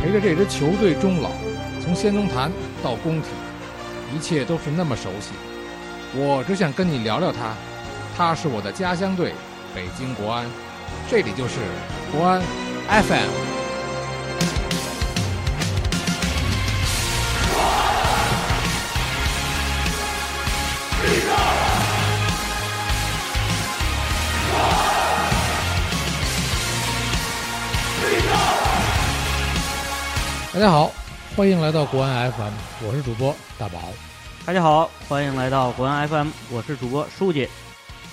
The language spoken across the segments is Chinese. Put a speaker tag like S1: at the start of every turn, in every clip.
S1: 随着这支球队终老，从仙踪坛到工体，一切都是那么熟悉。我只想跟你聊聊他，他是我的家乡队北京国安，这里就是国安 FM。大家好，欢迎来到国安 FM，我是主播大宝。
S2: 大家好，欢迎来到国安 FM，我是主播书记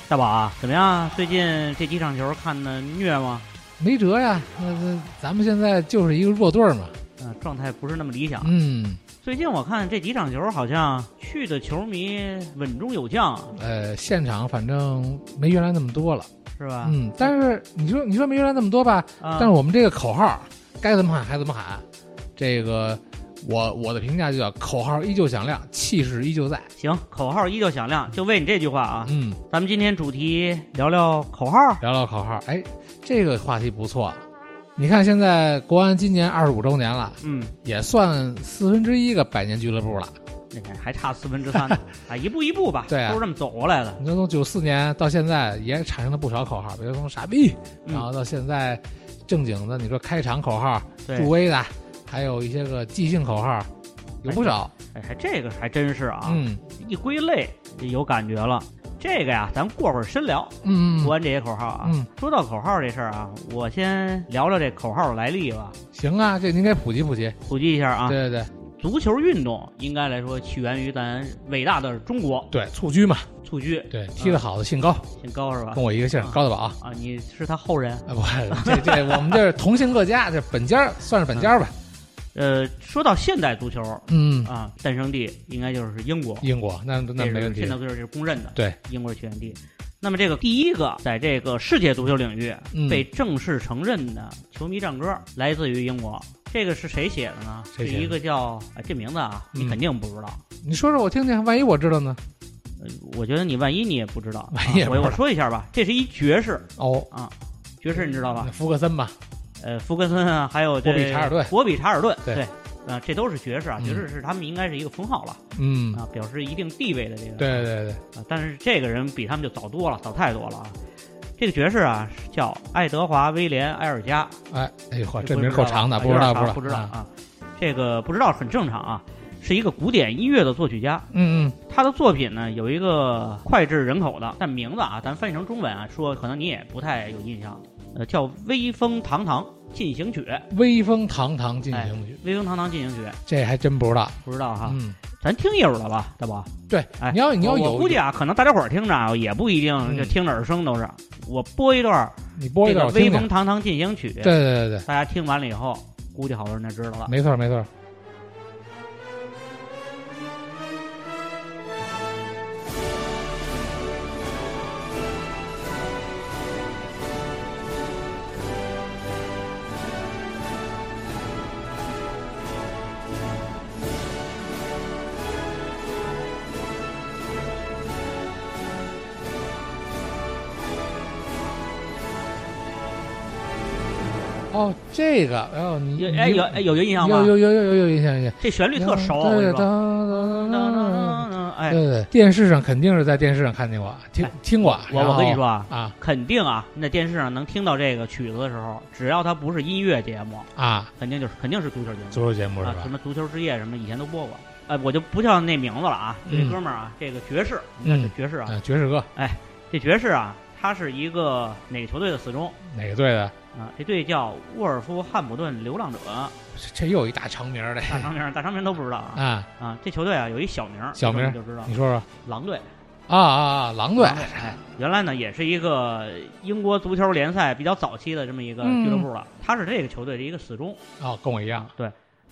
S2: 大宝啊，怎么样啊？最近这几场球看的虐吗？
S1: 没辙呀，那那咱们现在就是一个弱队嘛。
S2: 嗯、状态不是那么理想。
S1: 嗯，
S2: 最近我看这几场球，好像去的球迷稳中有降，
S1: 呃，现场反正没原来那么多了。
S2: 是吧？
S1: 嗯，但是你说你说没原来那么多吧，
S2: 啊、
S1: 但是我们这个口号该怎么喊还怎么喊，这个我我的评价就叫口号依旧响亮，气势依旧在。
S2: 行，口号依旧响亮，就为你这句话啊，
S1: 嗯，
S2: 咱们今天主题聊聊口号。
S1: 聊聊口号，哎，这个话题不错。啊你看现在国安今年二十五周年了，
S2: 嗯，
S1: 也算四分之一个百年俱乐部了。
S2: 你看还差四分之 三呢，啊，一步一步吧，
S1: 对啊
S2: 都是这么走过来的。
S1: 你说从九四年到现在也产生了不少口号，比如从傻逼，
S2: 嗯
S1: 然后到现在正经的，你说开场口号、助
S2: 对，
S1: 威的，还有一些个即兴口号，有不少。
S2: 哎，还这个还真是啊，
S1: 嗯
S2: 一归类就有感觉了。这个呀，咱过会儿深聊。
S1: 嗯，
S2: 国安这些口号啊。
S1: 嗯
S2: 说到口号这事儿啊，我先聊聊这口号的来历吧，
S1: 行啊，这您给普及普及。
S2: 普及一下啊。
S1: 对对对
S2: 足球运动应该来说起源于咱伟大的中国，
S1: 对，蹴鞠嘛，
S2: 蹴鞠，
S1: 对，踢得好的姓高，
S2: 姓高是吧
S1: 跟？我一个姓，高大宝啊。
S2: 啊，你是他后人。
S1: 啊，不，这这我们这是同姓各家，这本家算是本家吧。
S2: 呃，说到现代足球
S1: 嗯，
S2: 啊，诞生地应该就是英国，
S1: 英国那那
S2: 这
S1: 没
S2: 是
S1: 问题
S2: 现代。足球是公认的，
S1: 对，
S2: 英国的起源地。那么这个第一个在这个世界足球领域
S1: 嗯
S2: 被正式承认的球迷战歌来自于英国，这个是谁写的呢？
S1: 谁
S2: 是
S1: 写的
S2: 一个叫啊，这名字啊，你
S1: 嗯
S2: 肯定不知道。
S1: 你说说我听听，万一我知道呢？
S2: 呃我觉得你万一你也不知道，啊
S1: 万一也不知
S2: 我
S1: 道
S2: 我说一下吧，这是一爵士，
S1: 哦，
S2: 爵士你知道吧？
S1: 福克森吧？
S2: 呃，福克森啊，还有
S1: 嗯
S2: 这
S1: 博比查尔顿
S2: 博比查尔顿，
S1: 对
S2: 对，啊，这都是爵士啊，
S1: 嗯
S2: 爵士是他们应该是一个封号了
S1: 嗯，
S2: 啊，表示一定地位的这个。
S1: 对对对，
S2: 啊，但是这个人比他们就早多了，早太多了啊。这个爵士啊，是叫爱德华·威廉·埃尔加，
S1: 哎哎呦嚯，
S2: 这
S1: 这名儿够长的，
S2: 不
S1: 不知道
S2: 不
S1: 知道
S2: 不知道
S1: 啊
S2: 啊。这个不知道很正常啊，是一个古典音乐的作曲家，
S1: 嗯嗯，
S2: 他的作品呢有一个脍炙人口的，但名字啊，咱翻译成中文啊，说可能你也不太有印象，呃，叫《威风堂堂进行曲》。
S1: 威风堂堂进行曲，
S2: 威风堂堂进行曲，
S1: 这还真不知道。
S2: 不知道哈，
S1: 嗯，
S2: 咱听一会儿了吧，大宝。
S1: 对
S2: 啊哎，
S1: 你要你要
S2: 我
S1: 有，
S2: 我估计啊，可能大家伙儿听着啊，也不一定
S1: 嗯
S2: 就听着耳生都是。我播一段儿
S1: 你播一段
S2: 这
S1: 我
S2: 个
S1: 听
S2: 威
S1: 听
S2: 风。堂堂进行曲，
S1: 对对对对，
S2: 大家听完了以后，估计好多人就知道了。
S1: 没错没错。哦，这个，哎呦，你
S2: 有
S1: 你
S2: 哎有哎有有印象吗？
S1: 有有有有有有印象印象，
S2: 这旋律特熟，
S1: 对
S2: 是
S1: 对
S2: 吧？
S1: 当当当当
S2: 哎，
S1: 对对，电视上肯定是在电视上看见过，听
S2: 哎
S1: 听过。
S2: 我我跟你说啊，
S1: 然后啊
S2: 肯定啊，你在电视上能听到这个曲子的时候，只要它不是音乐节目，
S1: 啊，
S2: 肯定就是肯定是足球节
S1: 足球节目
S2: 目
S1: 是
S2: 啊，
S1: 吧
S2: 什？么足球之夜什么，以前都播过。哎，我就不叫那名字了啊，这
S1: 嗯
S2: 哥们儿啊，这个爵士，应该是
S1: 嗯，
S2: 爵士啊，
S1: 啊，爵士哥
S2: 这爵士啊，他是一个哪个球队的死忠
S1: 哪个队的？
S2: 啊？这队叫沃尔夫汉普顿流浪者，
S1: 这这又一大长名儿的
S2: 大长名儿大长名儿都不知道啊
S1: 啊！
S2: 啊！这球队啊有一小名儿，
S1: 小名儿
S2: 你就知道
S1: 你说说
S2: 狼队。
S1: 啊啊啊，狼队
S2: 狼队哎原来呢也是一个英国足球联赛比较早期的这么一个
S1: 嗯
S2: 俱乐部了，他是这个球队的一个死忠。啊
S1: 哦，跟我一样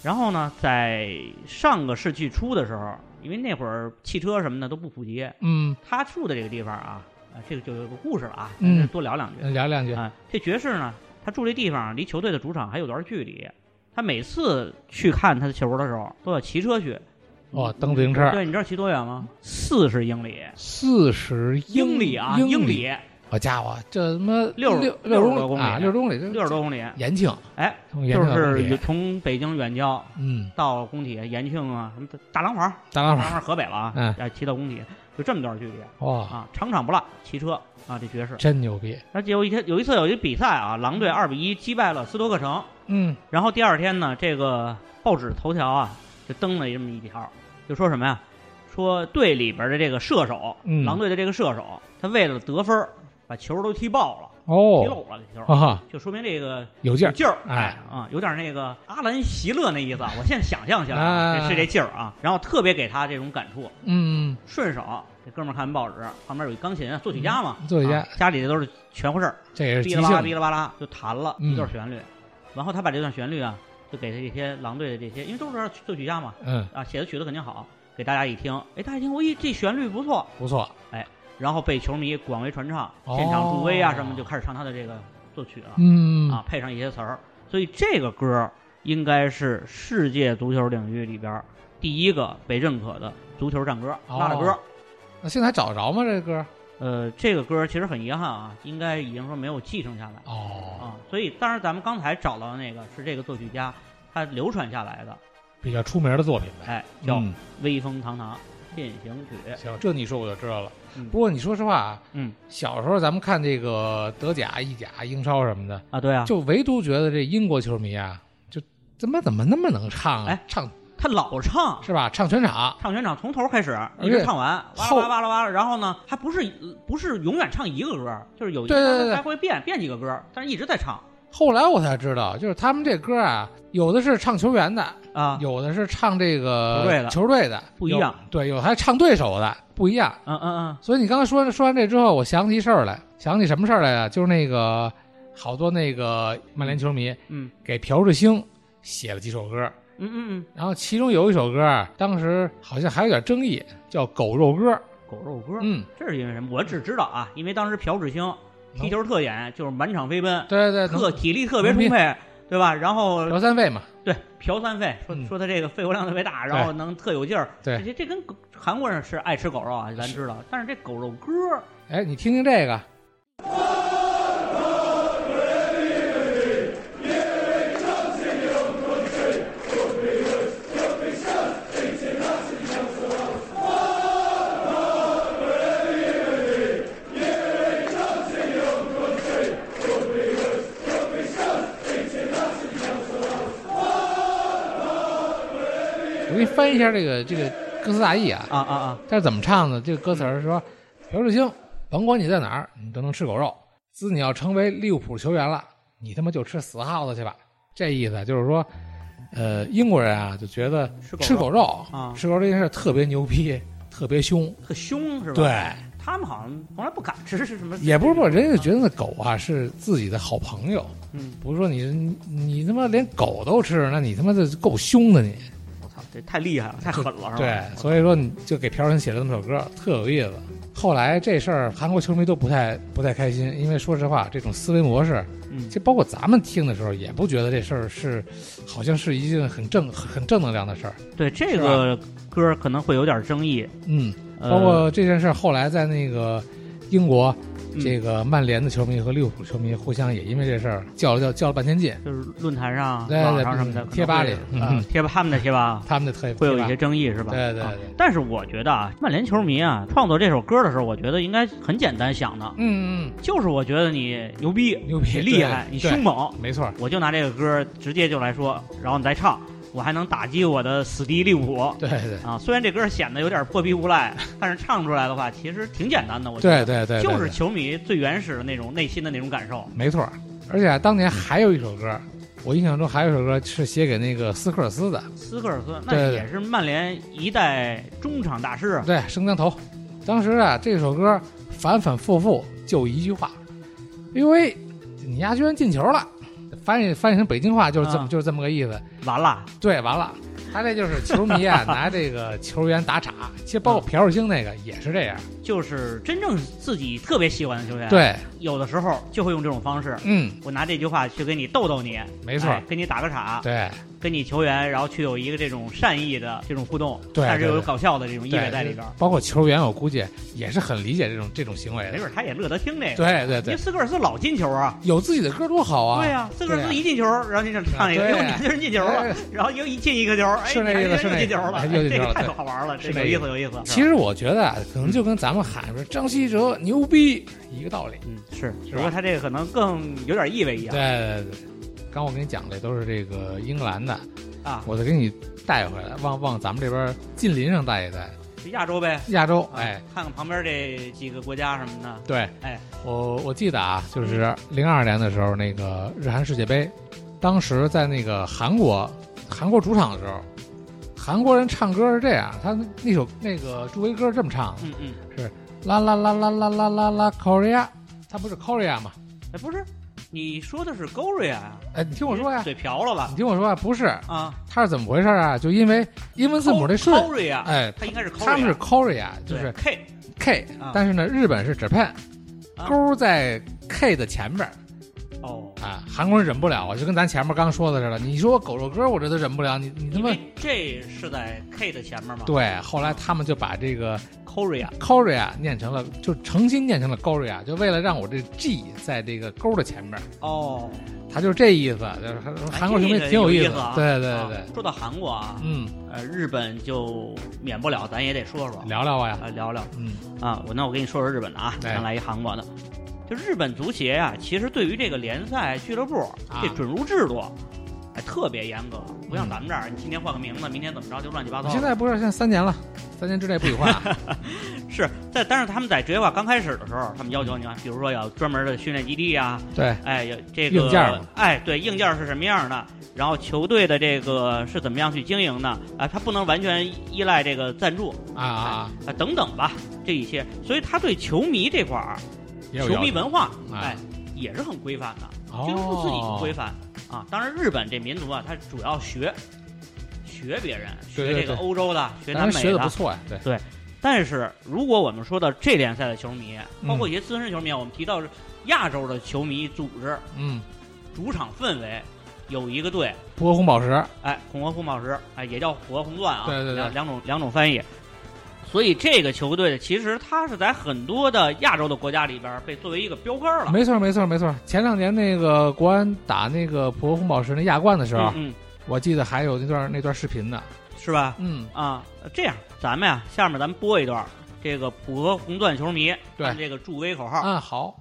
S2: 然后呢，在上个世纪初的时候，因为那会儿汽车什么的都不普及，
S1: 嗯，
S2: 他住的这个地方啊，啊这个就有个故事了啊，
S1: 嗯
S2: 咱再多聊两句。
S1: 聊两句
S2: 啊，这爵士呢，他住这地方离球队的主场还有段距离，他每次去看他的球的时候都要骑车去。
S1: 哦，蹬自行车
S2: 对，你知道骑多远吗？四十英里，
S1: 四十
S2: 英里啊，
S1: 里，
S2: 英里。
S1: 好家伙，这他妈
S2: 六十
S1: 六
S2: 六十多
S1: 公
S2: 公里
S1: 啊，六十公里，这
S2: 六十多公里，
S1: 延庆，
S2: 哎，
S1: 从延
S2: 就
S1: 庆到公
S2: 是
S1: 里，
S2: 从北京远郊
S1: 嗯，
S2: 到工体、延庆啊，什么大郎房、
S1: 大拉
S2: 大郎
S1: 法，
S2: 房河北了啊，
S1: 嗯哦
S2: 哎，骑到工体，就这么段距离
S1: 哇，
S2: 啊，长场不落，骑车啊，这爵士。
S1: 真牛逼，
S2: 那结果一天有一次有一比赛啊，狼队二比一击败了斯托克城，
S1: 嗯，
S2: 然后第二天呢，这个报纸头条啊就登了这么一条，就说什么呀？说队里边的这个射手，
S1: 嗯
S2: 狼队的这个射手，他为了得分，把球都踢爆了，踢
S1: 哦，
S2: 漏了这球，
S1: 啊哈，
S2: 就说明这个
S1: 有劲
S2: 有
S1: 儿，
S2: 劲儿，
S1: 哎
S2: 啊，有点那个阿兰席勒那意思啊。我现在想象起来
S1: 啊
S2: 啊这是这劲儿啊，然后特别给他这种感触。
S1: 嗯，
S2: 顺手，这哥们儿看完报纸，旁边有一钢琴，啊作曲家嘛，
S1: 嗯作曲家
S2: 啊家里的都是全乎事儿，
S1: 这也是即
S2: 哔啦吧啦哔
S1: 兴，
S2: 啦吧啦就弹了
S1: 嗯
S2: 一段旋律，然后他把这段旋律啊，就给他这些狼队的这些，因为都是作曲家嘛，
S1: 嗯，
S2: 啊，写的曲子肯定好，给大家一听，哎，大家一听，我一这旋律不错，
S1: 不错，
S2: 然后被球迷广为传唱，
S1: 哦
S2: 现场助威啊什么，就开始唱他的这个作曲了，
S1: 嗯，
S2: 啊，配上一些词儿，所以这个歌儿应该是世界足球领域里边儿第一个被认可的足球战歌，
S1: 哦
S2: 那的歌。
S1: 那现在还找着吗？这歌？
S2: 呃，这个歌儿其实很遗憾啊，应该已经说没有继承下来。
S1: 哦，
S2: 啊，所以当然咱们刚才找到的那个是这个作曲家他流传下来的，
S1: 比较出名的作品呗，
S2: 哎，叫
S1: 嗯
S2: 《威风堂堂进行曲》。
S1: 行，这你说我就知道了。
S2: 嗯
S1: 不过你说实话啊，
S2: 嗯
S1: 小时候咱们看这个德甲、意甲、英超什么的，
S2: 啊，对啊，
S1: 就唯独觉得这英国球迷啊，就怎么怎么那么能唱啊
S2: 哎？
S1: 唱
S2: 他老唱
S1: 是吧？唱全场，
S2: 唱全场，从头开始一
S1: 而
S2: 直
S1: 且
S2: 唱完，哇啦
S1: 哎后
S2: 哇啦哇啦哇啦，然后呢，还不是不是永远唱一个歌儿，就是有一
S1: 对对对对
S2: 他会变变几个歌儿，但是一直在唱
S1: 后来我才知道，就是他们这歌啊，有的是唱球员的，
S2: 啊，
S1: 有的是唱这个
S2: 球队的
S1: 球队的，
S2: 不一样
S1: 有。对，有还唱对手的，不一样。
S2: 嗯嗯嗯，
S1: 所以你刚才说说完这之后，我想起一事儿来，想起什么事儿来啊？就是那个好多那个曼联球迷，
S2: 嗯，
S1: 给朴智星写了几首歌，
S2: 嗯嗯
S1: 然后其中有一首歌，当时好像还有点争议，叫《狗肉歌》。
S2: 嗯，狗肉歌儿，
S1: 嗯，
S2: 这是因为什么？我只知道啊，因为当时朴智星踢球特点就是满场飞奔，
S1: 对对对，
S2: 特体力特别充沛，对吧？然后
S1: 朴三费嘛，
S2: 对，朴三费说
S1: 嗯哎
S2: 说他这个肺活量特别大，然后能特有劲儿。
S1: 对
S2: 这些这跟狗韩国人是爱吃狗肉啊，咱知道。但是这狗肉歌儿，
S1: 哎，你听听这个，我给你翻译一下这个这个歌词大意啊。
S2: 啊啊啊，
S1: 但是怎么唱呢？这个歌
S2: 嗯
S1: 词儿是说：“朴智星，甭管你在哪儿，你都能吃狗肉。自你要成为利物浦球员了，你他妈就吃死耗子去吧。”这意思就是说，呃，英国人啊就觉得
S2: 吃狗肉
S1: 吃狗肉
S2: 啊
S1: 吃狗肉这件事儿特别牛逼，特别凶。
S2: 特凶是吧？
S1: 对，
S2: 他们好像从来不敢吃是什么，
S1: 也不是说人家觉得那狗啊是自己的好朋友，
S2: 嗯，
S1: 不是说你你你他妈连狗都吃，那你他妈这够凶的你。
S2: 我操，这太厉害了，太狠了，是吧？
S1: 对，
S2: 以
S1: 所以说你就给朴仁写了这么首歌，特有意思。后来这事儿韩国球迷都不太不太开心，因为说实话，这种思维模式，
S2: 嗯
S1: 就包括咱们听的时候，也不觉得这事儿是好像是一件很正很正能量的事儿。
S2: 对这个歌儿可能会有点争议，
S1: 嗯，
S2: 呃
S1: 包括这件事儿后来在那个英国，
S2: 嗯
S1: 这个曼联的球迷和利物浦球迷互相也因为这事儿较了较较了半天劲，
S2: 就是论坛上、
S1: 对对
S2: 网上什么的，
S1: 嗯贴吧里
S2: 可能会
S1: 嗯
S2: 啊，贴吧他们的贴吧
S1: 他们的特
S2: 会有一些争议是吧？
S1: 对对
S2: 啊
S1: 对
S2: 但是我觉得啊，曼联球迷啊，创作这首歌的时候，我觉得应该很简单想的，
S1: 嗯嗯
S2: 就是我觉得你牛逼，
S1: 牛逼
S2: 你厉害，
S1: 对
S2: 你凶猛，
S1: 嗯，没错儿，
S2: 我就拿这个歌直接就来说，然后你再唱，我还能打击我的死敌利物浦
S1: 对对
S2: 啊。虽然这歌显得有点破逼无赖，但是唱出来的话，其实挺简单的，我觉
S1: 对
S2: 得
S1: 对对，对
S2: 就是球迷最原始的那种内心的那种感受。
S1: 没错儿，而且、啊、当年还有一首歌，我印象中还有一首歌是写给那个斯科尔斯的，
S2: 斯科尔斯
S1: 对
S2: 那
S1: 对
S2: 也是曼联一代中场大师，
S1: 对，《生姜头》。当时啊，这首歌反反复复就一句话：“哎呦喂，你丫居然进球了！”翻译翻译成北京话就是这么、
S2: 啊
S1: 就是这么个意思。
S2: 完了，
S1: 对，完了，他这就是球迷 啊拿这个球员打岔，其实包
S2: 嗯
S1: 括朴树星那个也是这样。
S2: 就是真正自己特别喜欢的球员，，
S1: 对，
S2: 有的时候就会用这种方式。
S1: 嗯，
S2: 我拿这句话去给你逗逗你，
S1: 没错
S2: 哎给你打个岔，
S1: 对，
S2: 跟你球员，然后去有一个这种善意的这种互动，
S1: 对
S2: 但是
S1: 对
S2: 又有
S1: 对
S2: 搞笑的这种意味在里边儿。哎
S1: 包括球员，我估计也是很理解这种这种行为
S2: 没
S1: 的。
S2: 准他也乐得听这个。
S1: 对对
S2: 因为
S1: 对，
S2: 斯科尔斯老进球啊，
S1: 有自己的歌多好啊！
S2: 对呀，斯科尔斯一进球，然后你就唱一个，
S1: 对
S2: 哟，你就是进球了，
S1: 哎
S2: 然后又一进一个球，哎，
S1: 是那意思是
S2: 你还
S1: 那
S2: 真进球了，
S1: 哎又进球
S2: 这
S1: 了
S2: 个太
S1: 对
S2: 好玩了，
S1: 是
S2: 这
S1: 那
S2: 有
S1: 意
S2: 意
S1: 思
S2: 思有意思。
S1: 其实我觉得啊，可能就跟咱们喊说张稀哲牛逼一个道理。
S2: 嗯，是，
S1: 是
S2: 只
S1: 吧
S2: 不过他这个可能更有点意味一样
S1: 对对对，刚我跟你讲的都是这个英格兰的，
S2: 啊，
S1: 我再给你带回来，往往咱们这边近邻上带一带，
S2: 就亚洲呗，
S1: 亚洲
S2: 啊，
S1: 哎，，
S2: 看看旁边这几个国家什么的，
S1: 对，
S2: 哎，
S1: 我我记得啊，就是零二年的时候，那个日韩世界杯，当时在那个韩国韩国主场的时候，韩国人唱歌是这样，他那首那个助威歌这么唱的，
S2: 嗯嗯，
S1: 啦啦啦啦啦啦啦啦 Korea，他不是 Korea 吗？
S2: 哎，不是，你说的是 Goria 呀？
S1: 哎，你听我说呀，
S2: 嘴瓢了吧
S1: 你？听我说呀，不是，
S2: 啊，
S1: 他是怎么回事啊？就因为英文字母这顺，
S2: Goria，
S1: 哎，
S2: 他应该是 Goria，
S1: 他们是 Korea，就
S2: 对
S1: 是
S2: K，
S1: K，
S2: 啊
S1: 但是呢，日本是 Japan，
S2: 啊
S1: 勾在 K 的前边儿。
S2: 哦，
S1: 啊，韩国人忍不了啊，就跟咱前面刚说的似的。你说我狗肉歌，我这都忍不了，你你他
S2: 因
S1: 妈
S2: 为这是在 K 的前面嘛，
S1: 对。后来他们就把这个
S2: Korea，
S1: Korea 念成了，就诚心念成了 Korea，就为了让我这 G 在这个勾的前面，
S2: 哦，
S1: 他就是这意思。就是韩
S2: 哎
S1: 韩国球迷
S2: 这个
S1: 挺
S2: 有
S1: 意
S2: 思啊，
S1: 对对
S2: 啊
S1: 对，
S2: 说到韩国啊，
S1: 嗯，
S2: 呃，日本就免不了，咱也得说说，
S1: 聊聊吧呀，
S2: 啊，聊聊。
S1: 嗯，
S2: 啊，我那我给你说说日本的啊，
S1: 哎
S2: 先来一韩国的。就日本足协啊，其实对于这个联赛俱乐部
S1: 啊
S2: 这准入制度，哎，特别严格，不像
S1: 嗯
S2: 咱们这儿，你今天换个名字，明天怎么着就乱七八糟了。
S1: 现在不是现在三年了，三年之内不许换 啊，
S2: 是在，但是他们在职业化刚开始的时候，他们要求你看，比如说有专门的训练基地啊，
S1: 对，
S2: 哎，有这个
S1: 硬件嘛
S2: 哎，对，硬件是什么样的？然后球队的这个是怎么样去经营的？啊，他不能完全依赖这个赞助
S1: 啊啊，
S2: 啊，等等吧，这一些，所以他对球迷这块儿
S1: 也有
S2: 球迷
S1: 要求
S2: 文化，
S1: 啊
S2: 哎，也是很规范的，
S1: 哦
S2: 俱乐部自己不规范啊。当然，日本这民族啊，它主要学学别人，
S1: 对
S2: 学
S1: 对
S2: 这个
S1: 对
S2: 欧洲的，学
S1: 咱
S2: 南
S1: 们
S2: 美
S1: 学的不错呀，对，
S2: 但是，如果我们说到这联赛的球迷，
S1: 嗯
S2: 包括一些资深球迷，我们提到是亚洲的球迷组织、
S1: 嗯，
S2: 主场氛围，有一个队，
S1: 波红宝石，
S2: 哎，红河红宝石，哎，也叫火红钻啊，
S1: 对对对
S2: 两两种两种翻译。所以这个球队其实它是在很多的亚洲的国家里边儿被作为一个标杆儿了。
S1: 没错，没错，没错。前两年那个国安打那个博红宝石那亚冠的时候，
S2: 嗯，嗯
S1: 我记得还有那段那段视频呢。
S2: 是吧？
S1: 嗯，
S2: 啊，这样，咱们呀，下面咱们播一段儿这个普和红钻球迷
S1: 对
S2: 他们这个助威口号。
S1: 啊，好，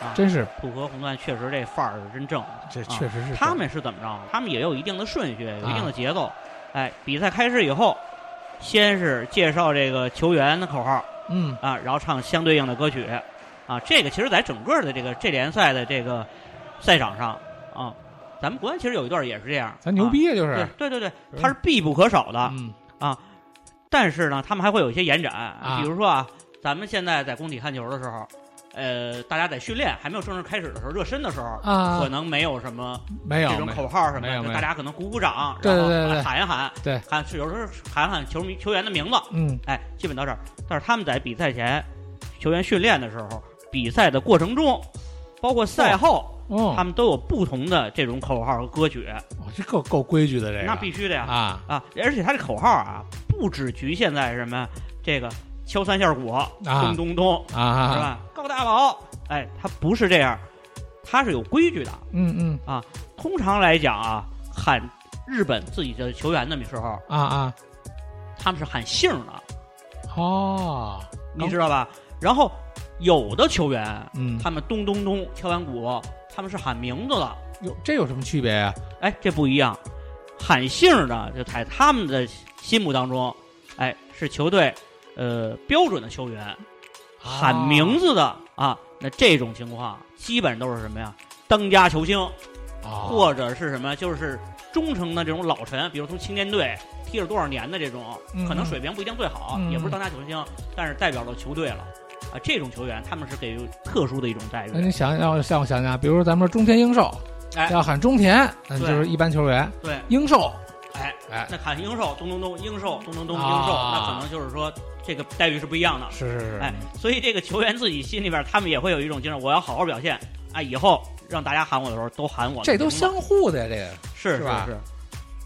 S2: 啊
S1: 真是
S2: 普和红钻确实这范儿是真正的。
S1: 这
S2: 啊
S1: 确实是、啊
S2: 他们是怎么着？他们也有一定的顺序，有一定的节奏。哎，比赛开始以后，先是介绍这个球员的口号
S1: 嗯
S2: 啊，然后唱相对应的歌曲啊。这个其实在整个的这个这联赛的这个赛场上啊，咱们国安其实有一段也是这样。
S1: 咱牛逼啊，就
S2: 啊！
S1: 是
S2: 对对对对，
S1: 是
S2: 它是必不可少的。
S1: 嗯
S2: 但是呢，他们还会有一些延展，比如说啊，咱们现在在工体看球的时候，呃，大家在训练还没有正式开始的时候，热身的时候，
S1: 啊
S2: 可，能没有什么
S1: 没有
S2: 这种
S1: 没有
S2: 口号什么
S1: 没有
S2: 的，
S1: 没
S2: 就
S1: 有
S2: 大家可能鼓鼓掌，
S1: 对
S2: 然后
S1: 对对对
S2: 喊一喊，
S1: 对
S2: 喊是有时候喊喊球迷球员的名字，
S1: 嗯
S2: 哎，基本到这儿。但是他们在比赛前，球员训练的时候，比赛的过程中，包括赛后，他
S1: 哦，
S2: 们都有不同的这种口号和歌曲，
S1: 我这够够规矩的这个，
S2: 那必须的呀。
S1: 啊
S2: 啊，而且他这口号啊，不只局限在什么这个敲三下鼓，咚咚咚，
S1: 啊
S2: 是
S1: 啊，
S2: 吧？告大佬，哎，他不是这样，他是有规矩的。
S1: 嗯嗯
S2: 通常来讲啊，喊日本自己的球员的时候，
S1: 啊啊，
S2: 他们是喊姓的，
S1: 哦，
S2: 你知道吧？然后有的球员，
S1: 嗯，
S2: 他们咚咚咚敲完鼓，他们是喊名字的，
S1: 有这有什么区别呀、
S2: 哎，这不一样。喊姓儿的，就在他们的心目当中，哎，是球队呃标准的球员，喊名字的啊，那这种情况基本都是什么呀？当家球星，
S1: 啊，
S2: 或者是什么，就是忠诚的这种老臣，比如从青年队踢了多少年的这种，
S1: 嗯
S2: 可能水平不一定最好，
S1: 嗯
S2: 也不是当家球星，但是代表了球队了。啊，这种球员他们是给予特殊的一种待
S1: 哎那
S2: 遇。
S1: 你想要让我想想，比如说咱们说中田英寿，
S2: 哎
S1: 要喊中田，那
S2: 对
S1: 就是一般球员。
S2: 对，
S1: 英寿，
S2: 哎，
S1: 哎，
S2: 那喊英寿，咚咚咚，英寿，咚咚咚，英
S1: 啊
S2: 寿，那可能就是说这个待遇是不一样的。
S1: 是是是，
S2: 哎，所以这个球员自己心里边，他们也会有一种精神，我要好好表现。哎，以后让大家喊我的时候都喊我的名字，
S1: 这都相互的呀，这个
S2: 是
S1: 是吧
S2: 是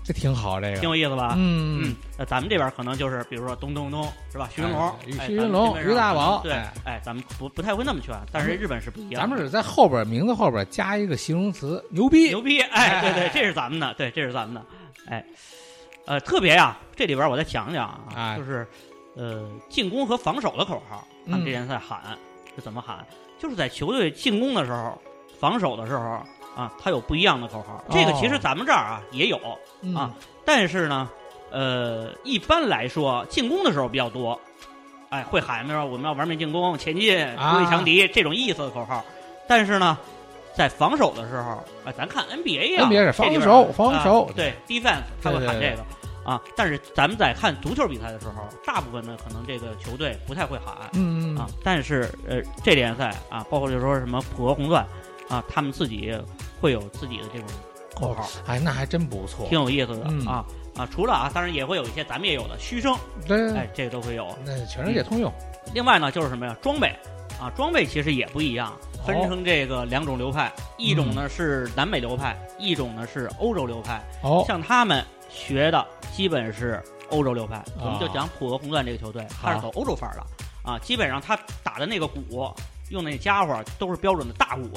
S1: 这挺好，这
S2: 挺
S1: 个，
S2: 有意思吧？
S1: 嗯
S2: 嗯，，那咱们这边可能就是，比如说咚咚咚，是吧？徐云龙
S1: 哎、
S2: 哎咱
S1: 徐
S2: 们
S1: 云
S2: 这
S1: 龙、
S2: 边
S1: 于大
S2: 可能
S1: 宝，
S2: 对，
S1: 哎
S2: 哎，咱们不不太会那么劝，但是日本是不一样的。
S1: 咱们只在后边名字后边加一个形容词，牛逼
S2: 牛，逼，哎，对对，这是咱们的，对，这是咱们的，哎，呃，特别呀、这里边我再讲讲啊，
S1: 哎
S2: 就是呃，进攻和防守的口号，他们
S1: 嗯
S2: 这联赛喊是怎么喊？就是在球队进攻的时候，防守的时候啊，它有不一样的口号。这个其实
S1: 哦
S2: 咱们这儿啊也有，
S1: 嗯
S2: 啊，但是呢，呃，一般来说进攻的时候比较多，哎，会喊着我们要玩命进攻、前进、
S1: 啊
S2: 不畏强敌、这种意思的口号。但是呢，在防守的时候，哎，咱看 NBA 啊
S1: NBA 是
S2: 这里
S1: 防
S2: 边
S1: 守
S2: 啊
S1: 防守
S2: 对 defense 他会
S1: 对
S2: 喊
S1: 对
S2: 这个啊。但是咱们在看足球比赛的时候，大部分呢可能这个球队不太会喊
S1: 嗯
S2: 啊，但是呃，这联赛啊，包括就是说什么普和红钻啊，他们自己会有自己的这种口号。
S1: 哎，那还真不错，
S2: 挺有意思的、
S1: 嗯
S2: 啊啊！除了啊，当然也会有一些咱们也有的嘘声，
S1: 对，
S2: 哎，嗯这个都会有。
S1: 那全世界通用，
S2: 另外呢，就是什么呀？装备啊，装备其实也不一样，
S1: 哦
S2: 分成这个两种流派，一种
S1: 嗯
S2: 呢是南美流派，一种呢是欧洲流派。
S1: 哦，
S2: 像他们学的基本是欧洲流派，我们
S1: 啊
S2: 就讲普俄红钻这个球队，他是走欧洲范儿的啊，基本上他打的那个鼓。用那家伙都是标准的大鼓，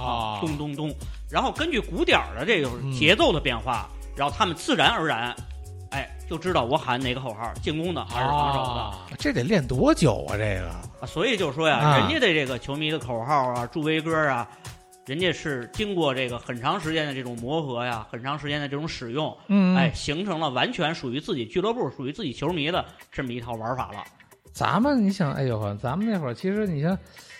S1: 啊，
S2: 咚咚咚，然后根据鼓点儿的这个
S1: 嗯
S2: 节奏的变化，然后他们自然而然，哎，就知道我喊哪个口号，进攻的还是防守的。
S1: 啊，这得练多久啊？这个
S2: 啊所以就说呀，
S1: 啊
S2: 人家的这个球迷的口号啊、助威歌啊，人家是经过这个很长时间的这种磨合呀，很长时间的这种使用，
S1: 嗯
S2: 哎，，形成了完全属于自己俱乐部、属于自己球迷的这么一套玩法了。
S1: 咱们你想，哎呦呵，咱们那会儿其实你像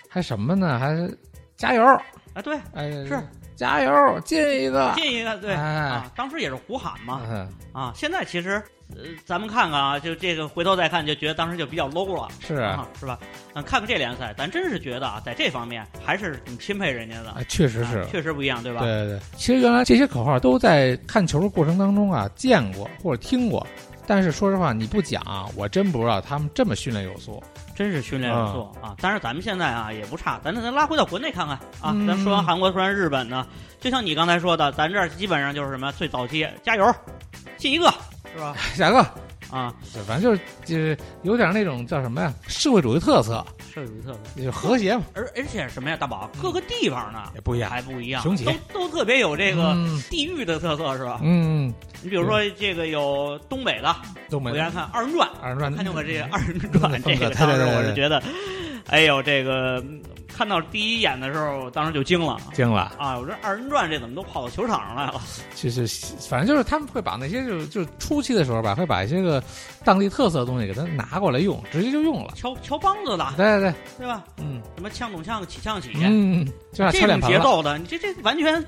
S1: 还什么呢？还是加油，
S2: 啊，对，
S1: 哎，
S2: 是
S1: 加油，进一个，
S2: 进一个对
S1: 哎
S2: 啊，当时也是胡喊嘛，
S1: 嗯，
S2: 啊，现在其实，呃，咱们看看啊，就这个回头再看，就觉得当时就比较 low 了，
S1: 是
S2: 啊，是吧？嗯，看看这联赛，咱真是觉得啊，在这方面还是挺钦佩人家的，
S1: 哎，确实是
S2: 啊。确实不一样，对吧？
S1: 对对对，其实原来这些口号都在看球的过程当中啊见过或者听过，但是说实话你不讲，啊我真不知道他们这么训练有素。
S2: 真是训练有素啊！当然，咱们现在啊也不差，咱咱拉回到国内看看啊。
S1: 嗯
S2: 咱说完韩国，说完日本呢，就像你刚才说的，咱这儿基本上就是什么最早期，加油，进一个，是吧？
S1: 下一个，
S2: 啊，
S1: 反正就是就是有点那种叫什么呀，社会主义特色，
S2: 是有一特色。
S1: 就是和谐嘛，
S2: 而而且什么呀，大宝，各个地方呢
S1: 也不一样。
S2: 还不一样，
S1: 雄起
S2: 都都特别有这个
S1: 嗯
S2: 地域的特色，是吧？
S1: 嗯，
S2: 你比如说这个有东北的，
S1: 东
S2: 我
S1: 北
S2: 给大家看二人转，
S1: 二人转，
S2: 看见 过这个二人转这
S1: 嗯对
S2: 个，
S1: 对对
S2: 当时我是
S1: 对对
S2: 觉得，哎呦，这个嗯看到第一眼的时候，我当时就惊了
S1: 惊了，
S2: 啊！我说二人转这怎么都跑到球场上来了？
S1: 就是反正就是他们会把那些就是就是初期的时候吧，会把一些个当地特色的东西给它拿过来用，直接就用了。
S2: 敲敲梆子的，
S1: 对对对，
S2: 对吧？
S1: 嗯
S2: 什么呛咚呛起呛起，
S1: 嗯，就像敲
S2: 这
S1: 脸
S2: 种
S1: 盆
S2: 节
S1: 了。
S2: 奏的，你这这完全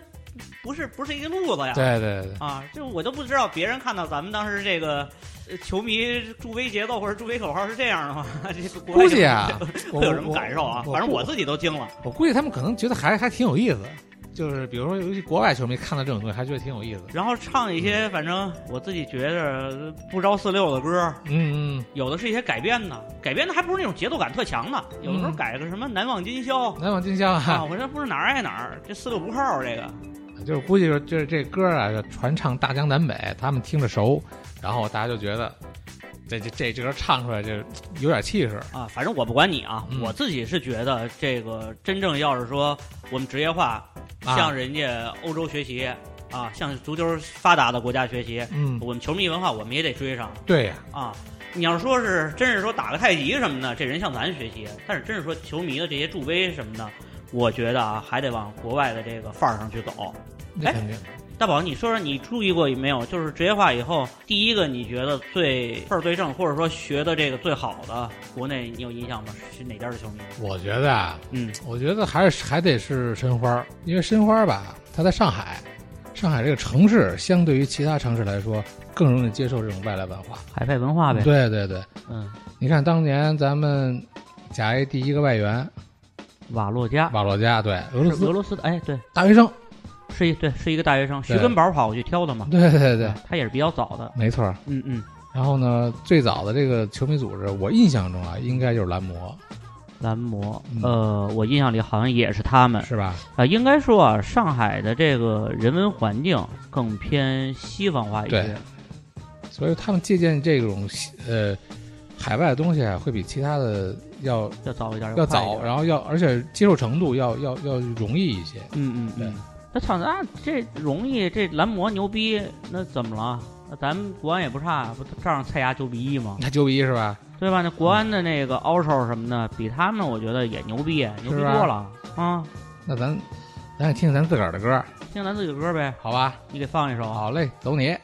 S2: 不是不是一个路子呀！
S1: 对对对对，
S2: 啊，这我都不知道别人看到咱们当时这个呃球迷助威节奏或者助威口号是这样的吗？ 这个国外
S1: 估计 啊，我
S2: 会有什么感受啊？反正我
S1: 我
S2: 自己都惊了。
S1: 我估计他们可能觉得还还挺有意思，就是比如说，尤其国外球迷看到这种东西，还觉得挺有意思。
S2: 然后唱一
S1: 嗯
S2: 些反正我自己觉着不着四六的歌，
S1: 嗯嗯，
S2: 有的是一些改编的，改编的还不是那种节奏感特强的，有的时候
S1: 嗯
S2: 改个什么难忘今宵、
S1: 难忘今宵
S2: 啊，
S1: 啊，
S2: 我这不是哪儿爱哪儿，这四六不靠这个，
S1: 就是估计就是就是这歌啊，就传唱大江南北，他们听着熟，然后大家就觉得这这这这歌唱出来就有点气势。
S2: 啊，反正我不管你啊，
S1: 嗯
S2: 我自己是觉得这个真正要是说我们职业化，
S1: 啊
S2: 向人家欧洲学习啊，向足球发达的国家学习，
S1: 嗯，
S2: 我们球迷文化我们也得追上
S1: 对呀、
S2: 啊。你要说是真是说打个太极什么的，这人向咱学习，但是真是说球迷的这些助威什么的，我觉得啊还得往国外的这个范儿上去走。
S1: 那肯定。
S2: 大宝，你说说你注意过没有？就是职业化以后，第一个你觉得最份儿最正，或者说学的这个最好的，国内你有印象吗？是哪家的球迷？
S1: 我觉得啊，
S2: 嗯，
S1: 我觉得还是还得是申花，因为申花吧，它在上海，上海这个城市相对于其他城市来说，更容易接受这种外来文化。
S2: 海派文化呗。，
S1: 对对对，
S2: 嗯，
S1: 你看当年咱们甲 A 第一个外援
S2: 瓦洛加
S1: 瓦洛加，对俄罗
S2: 是俄
S1: 斯
S2: 罗斯的，哎，对，
S1: 大学生，
S2: 是一对是一个大学生，
S1: 对
S2: 徐根宝跑过去挑的嘛。
S1: 对对对
S2: 哎，，他也是比较早的。
S1: 没错儿。
S2: 嗯嗯，
S1: 然后呢，最早的这个球迷组织，我印象中啊，应该就是蓝魔，
S2: 蓝魔
S1: 嗯，
S2: 呃，我印象里好像也是他们。
S1: 是吧？
S2: 啊，应该说啊，上海的这个人文环境更偏西方化一
S1: 对
S2: 些。
S1: 所以他们借鉴这种呃海外的东西啊，会比其他的要
S2: 要早一点，
S1: 要
S2: 快一
S1: 早，
S2: 点
S1: 然后要而且接受程度要要要容易一些。
S2: 嗯嗯
S1: 对
S2: 嗯。那操，那这容易，这蓝魔牛逼，那怎么了？那咱们国安也不差，不照样菜牙九比一吗？
S1: 那九比一是吧？
S2: 对吧？那国安的那个 o u t o 什么的，比他们我觉得也牛逼，牛逼多了啊！
S1: 那咱咱也听听咱自个儿的歌，
S2: 听咱自己歌呗，
S1: 好吧？
S2: 你给放一首。啊
S1: 好嘞，走你。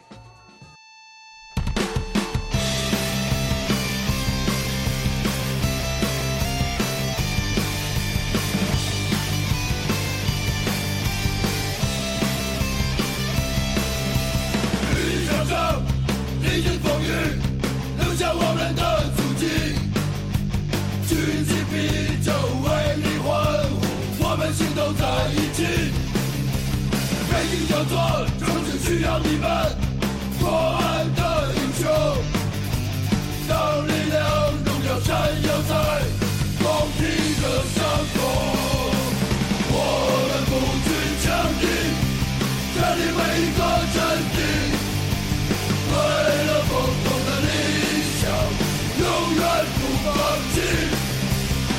S3: 雨上升，历经风雨，留下我们的足迹。举起啤酒为你欢呼，我们行动在一起。北京要做，城市需要你们，国安的英雄。当力量荣耀闪耀在公体的上空，我们不惧强敌。这里每一个阵地，为了共同的理想，永远不放弃。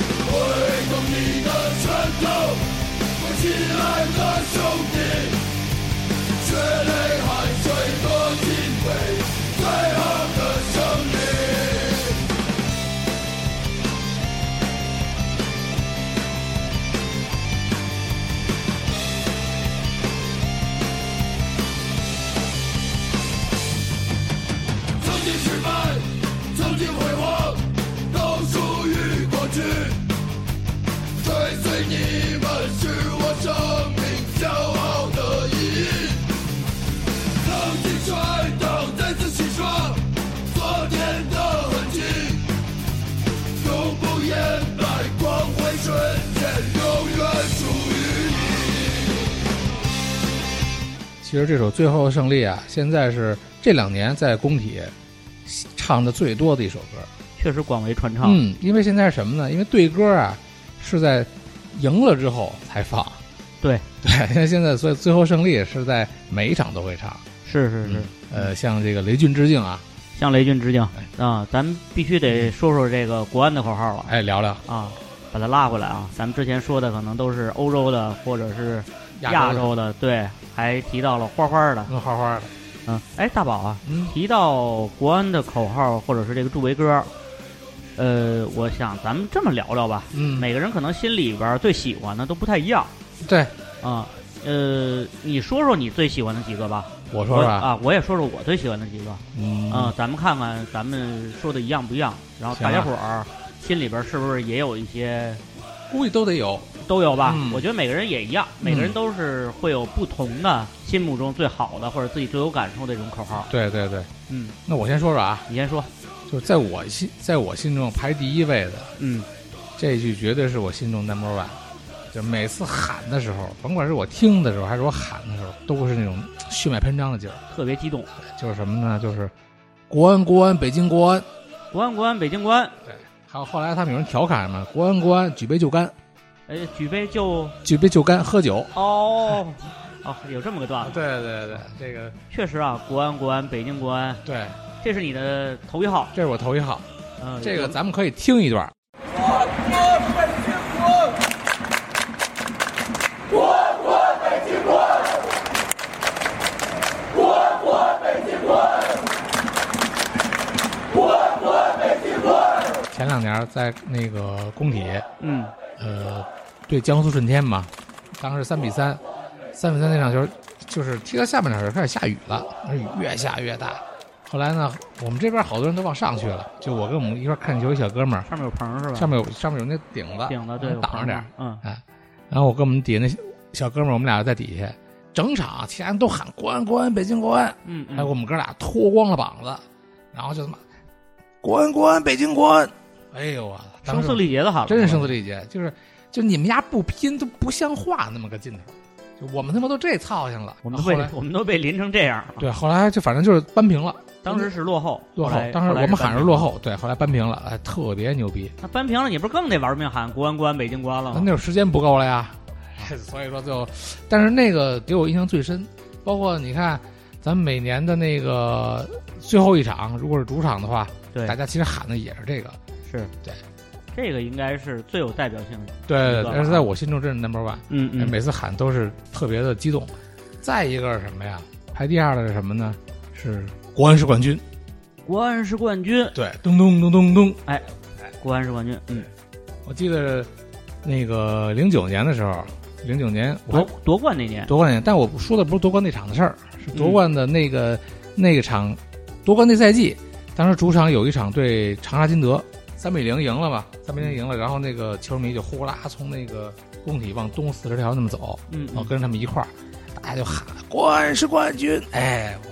S3: 挥动你的拳头，我亲爱的兄弟，血泪汗水多敬畏，最后的胜利。曾经失败，曾经辉煌，都属于过去。追随你们是我生命骄傲的意义。曾经摔倒，再次洗刷昨天的痕迹，永不言败，光辉瞬间永远属于你。
S1: 其实这首《最后的胜利》啊，现在是这两年在工体唱的最多的一首歌。
S2: 确实广为传唱。
S1: 嗯，因为现在是什么呢？因为对歌啊是在赢了之后才放。
S2: 对
S1: 对，因为现在所以最后胜利是在每一场都会唱。
S2: 是是是，
S1: 呃，向这个雷军致敬啊！
S2: 向雷军致敬啊！咱们必须得说说这个国安的口号了。
S1: 哎，聊聊
S2: 啊，把它拉回来啊。咱们之前说的可能都是欧洲的或者是
S1: 亚
S2: 亚洲的，对，还提到了花花的。
S1: 跟花花的，
S2: 嗯，哎，大宝啊，
S1: 嗯，
S2: 提到国安的口号或者是这个助威歌，呃，我想咱们这么聊聊吧。
S1: 嗯，
S2: 每个人可能心里边儿最喜欢的都不太一样
S1: 对，
S2: 啊。呃，你说说你最喜欢的几个吧。
S1: 我
S2: 我
S1: 说说啊，
S2: 啊，我也说说我最喜欢的几个
S1: 嗯
S2: 啊、咱们看看咱们说的一样不一样，然后
S1: 行啊
S2: 大家伙儿心里边儿是不是也有一些
S1: 估计都得有，
S2: 都有吧？
S1: 嗯
S2: 我觉得每个人也一样，每个人都是会有不同的心目中最好的或者自己最有感受的一种口号。
S1: 对对对。
S2: 嗯，
S1: 那我先说说啊，
S2: 你先说。
S1: 就是在我心，在我心中排第一位的
S2: 嗯，
S1: 这一句，绝对是我心中 number one。就每次喊的时候，甭管是我听的时候，还是我喊的时候，都是那种血脉喷张的劲儿。
S2: 特别激动。
S1: 就是什么呢？就是国安，国安，北京国安。
S2: 国安，国安，北京国安，
S1: 对，还有后来他们有人调侃嘛，国安，国安，举杯就干，
S2: 哎，举杯就
S1: 举杯就干，喝酒。
S2: 哦， 哦，有这么个段子。
S1: 对对对，这个
S2: 确实啊，国安，国安，北京国安，
S1: 对，
S2: 这是你的头一号。
S1: 这是我头一号。
S2: 嗯、
S1: 这个咱们可以听一段。前两年在那个工体，
S2: 嗯，
S1: 呃，对江苏舜天嘛，当时三比三，三比三那场球，就是踢到下半场时候开始下雨了，那雨越下越大。后来呢，我们这边好多人都往上去了，就我跟我们一块儿看球一小哥们儿，
S2: 上面有棚是吧？
S1: 上面有上面有那顶子，
S2: 顶的对，有
S1: 挡着
S2: 棚
S1: 点儿。，
S2: 嗯，
S1: 然后我跟我们底下那小哥们儿，我们俩在底下，整场其他人都喊国安国安北京国安，
S2: 嗯
S1: 哎，
S2: 嗯，
S1: 我们哥俩脱光了膀子，然后就他妈国安国安北京国安，哎呦啊，当
S2: 声
S1: 时
S2: 嘶力竭的喊，
S1: 真是声嘶力竭，就是就你们家不拼都不像话那么个劲头，就我们他妈都这操性了。啊
S2: 我们都
S1: 后
S2: 被
S1: 来
S2: 我们都被淋成这样了。
S1: 对，后来就反正就是扳平了，
S2: 当时是落后，
S1: 落后
S2: 后来，
S1: 当时我们喊
S2: 着
S1: 是落，后，对，后来扳平了，哎，特别牛逼。
S2: 那扳平了，你不是更得玩命喊国安国安北京国安了
S1: 那
S2: 吗？
S1: 那会儿时间不够了呀，
S2: 啊
S1: 所以说最后，但是那个给我印象最深，包括你看，咱们每年的那个最后一场，如果是主场的话，
S2: 对
S1: 大，家其实喊的也是这个，
S2: 是
S1: 对，
S2: 这个应该是最有代表性的。
S1: 对
S2: 一个，
S1: 但是在我心中真是 number one，、
S2: 嗯
S1: 哎每次喊都是特别的激动。再一个是什么呀？排第二的是什么呢？是国安是冠军，
S2: 国安是冠军，
S1: 对，咚咚咚咚咚。
S2: 国安是冠军，嗯，
S1: 我记得那个零九年的时候，零九年我还
S2: 夺夺冠那年，
S1: 夺冠那，但我说的不是夺冠那场的事儿，是
S2: 嗯
S1: 夺冠的那个、那个场，夺冠那赛季，当时主场有一场对长沙金德，三比零赢了嘛，三比零赢了，然后那个球迷就呼啦从那个工体往东四十条那么走，
S2: 嗯，
S1: 然后
S2: 嗯
S1: 哦跟着他们一块儿，大家就喊国安是冠军，哎，我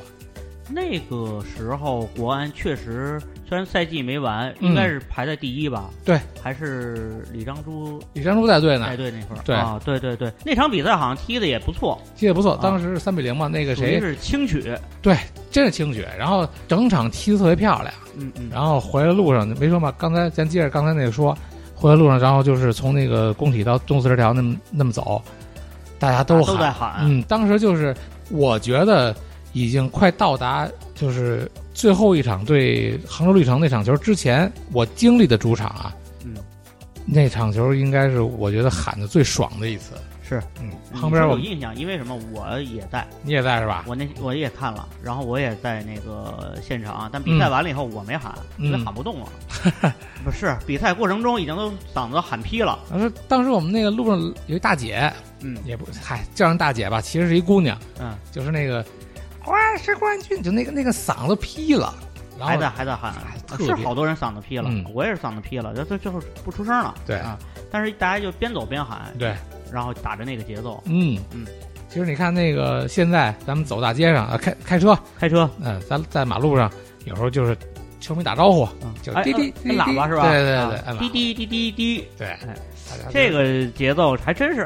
S2: 那个时候国安确实虽然赛季没完，
S1: 嗯
S2: 应该是排在第一吧？
S1: 对，
S2: 还是李章洙
S1: 李章洙带队呢
S2: 带，队那会儿，
S1: 对
S2: 啊，对对对，那场比赛好像踢的也不错，
S1: 踢得不错
S2: 啊，
S1: 当时是三比零嘛，那个
S2: 属于
S1: 谁
S2: 是轻取，
S1: 真是清雪，然后整场踢得特别漂亮。
S2: 嗯嗯，
S1: 然后回来路上没说嘛，刚才咱接着刚才那个说，回来路上，然后就是从那个工体到东四十条那么那么走，大家都
S2: 大
S1: 喊，
S2: 家都在喊
S1: 嗯，当时就是我觉得已经快到达就是最后一场对杭州绿城那场球之前，我经历的主场啊，
S2: 嗯，
S1: 那场球应该是我觉得喊的最爽的一次，
S2: 是，
S1: 嗯，
S2: 嗯
S1: 旁边
S2: 你说
S1: 我
S2: 有印象，因为什么？我也在，
S1: 你也在是吧？
S2: 我那我也看了，然后我也在那个现场，但比赛完了以后我没喊，
S1: 嗯
S2: 因为喊不动了。 不是，比赛过程中已经都嗓子都喊劈了。
S1: 当时当时我们那个路上有一大姐，
S2: 嗯
S1: 也不嗨叫上大姐吧，其实是一姑娘。
S2: 嗯，
S1: 就是那个国安是冠军，就那个那个嗓子劈了，然
S2: 还在
S1: 后
S2: 还在喊
S1: 哎，特别
S2: 是好多人嗓子劈了，
S1: 嗯
S2: 我也是嗓子劈了，就就最后不出声了。
S1: 对
S2: 啊，但是大家就边走边喊，
S1: 对，
S2: 然后打着那个节奏
S1: 嗯
S2: 嗯。
S1: 其实你看那个现在咱们走大街上啊，开开车，
S2: 开车。
S1: 嗯、咱在马路上有时候就是球迷打招呼，
S2: 嗯
S1: 就
S2: 哎
S1: 滴滴
S2: 按按喇叭是吧？
S1: 对对对对
S2: 啊
S1: 按喇叭
S2: 滴滴滴滴滴，
S1: 对，
S2: 哎
S1: 大家就
S2: 这个节奏还真是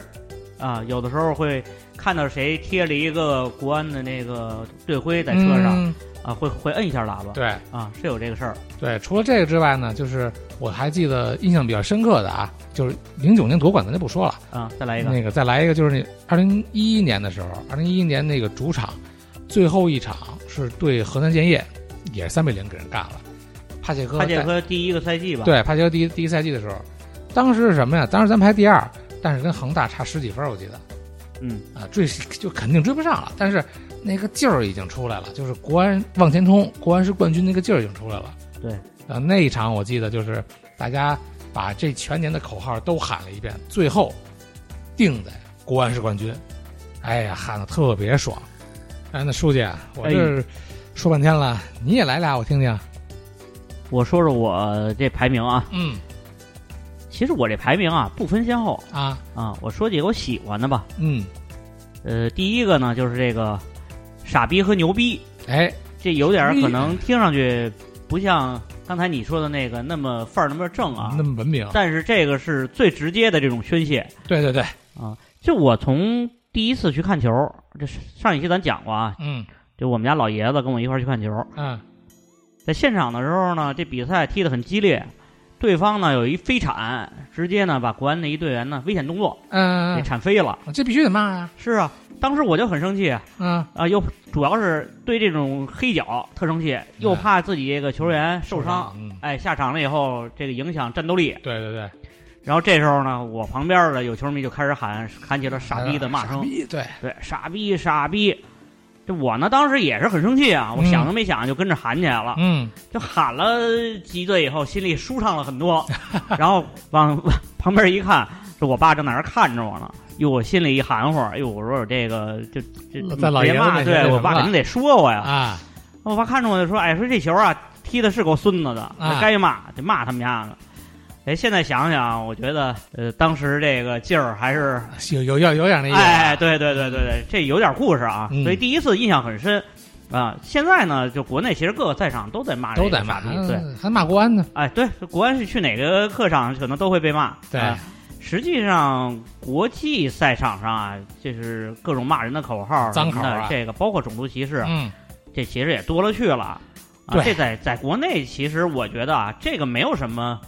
S2: 啊，有的时候会看到谁贴了一个国安的那个队徽在车上、
S1: 嗯
S2: 啊，会会摁一下喇叭，
S1: 对
S2: 啊，是有这个事儿。
S1: 对，除了这个之外呢，就是我还记得印象比较深刻的啊，就是零九年夺冠咱就不说了，
S2: 啊，再来一个，
S1: 那个再来一个就是那二零一一年的时候，二零一一年那个主场最后一场是对河南建业，也是三比零给人干了。帕切科
S2: 帕切
S1: 在
S2: 科第一个赛季吧，，
S1: 对帕切科第一第一赛季的时候，当时是什么呀？当时咱们排第二，但是跟恒大差十几分，我记得
S2: 嗯，
S1: 啊，追就肯定追不上了。但是那个劲儿已经出来了，就是国安往前冲，国安是冠军那个劲儿已经出来了。
S2: 对，
S1: 啊，那一场我记得就是大家把这全年的口号都喊了一遍，最后定在国安是冠军。哎呀，喊的特别爽。哎，那书记啊，我
S2: 哎
S1: 这儿说半天了，你也来俩，我听听。
S2: 我说说我这排名啊，
S1: 嗯
S2: 其实我这排名啊不分先后
S1: 啊，
S2: 啊，我说几个我喜欢的吧，
S1: 嗯，
S2: 呃，第一个呢就是这个傻逼和牛逼，
S1: 哎，
S2: 这有点儿可能听上去不像刚才你说的那个那么范儿那么正啊
S1: 那，么文明，
S2: 但是这个是最直接的这种宣泄。
S1: 对对对，
S2: 啊，就我从第一次去看球，这是上一期咱讲过啊，
S1: 嗯
S2: 就我们家老爷子跟我一块儿去看球，
S1: 嗯，
S2: 在现场的时候呢，这比赛踢得很激烈，对方呢有一飞铲，直接呢把国安的一队员呢危险动作
S1: 嗯
S2: 给铲飞了。
S1: 这必须得骂呀、
S2: 是啊，当时我就很生气啊，
S1: 啊，嗯，
S2: 又主要是对这种黑脚特生气，又
S1: 嗯
S2: 怕自己这个球员受伤。，
S1: 嗯，
S2: 哎，下场了以后，这个影响战斗力。
S1: 对对对，
S2: 然后这时候呢，我旁边的有球迷就开始喊喊起了傻逼的骂声
S1: 傻，逼，对，
S2: 对，傻逼，傻逼。这我呢，当时也是很生气啊，我
S1: 嗯
S2: 想都没想就跟着喊起来了，
S1: 嗯，
S2: 就喊 了几嘴以后，心里舒畅了很多。然后往往旁边一看，这我爸正在那儿看着我呢，哟，我心里一含糊，哎呦，我说我这个就这
S1: 在老爷
S2: 别
S1: 子
S2: 骂，
S1: 面前那
S2: 对
S1: 什
S2: 我
S1: 么
S2: 爸
S1: 了
S2: 肯定得说我呀。
S1: 啊，
S2: 我爸看着我就说：“哎，说这球啊，踢的是够孙子的，
S1: 啊
S2: 该骂得骂他们家的。”哎，现在想想，我觉得呃，当时这个劲儿还是
S1: 有有有有点那意思啊，
S2: 哎，对对对对对，这有点故事啊，
S1: 嗯
S2: 所以第一次印象很深啊。现在呢，就国内其实各个赛场都在骂这
S1: 都
S2: 个
S1: 在
S2: 傻
S1: 骂嗯
S2: 逼，哎对，，
S1: 还骂国安呢，
S2: 哎，对，国安是去哪个客场可能都会被骂，
S1: 对
S2: 啊实际上，国际赛场上啊，就是各种骂人的口号什
S1: 脏
S2: 么的、
S1: 口啊
S2: 这个包括种族歧视，
S1: 嗯，
S2: 这其实也多了去了。啊
S1: 对，
S2: 这在在国内其实我觉得啊，这个没有什么，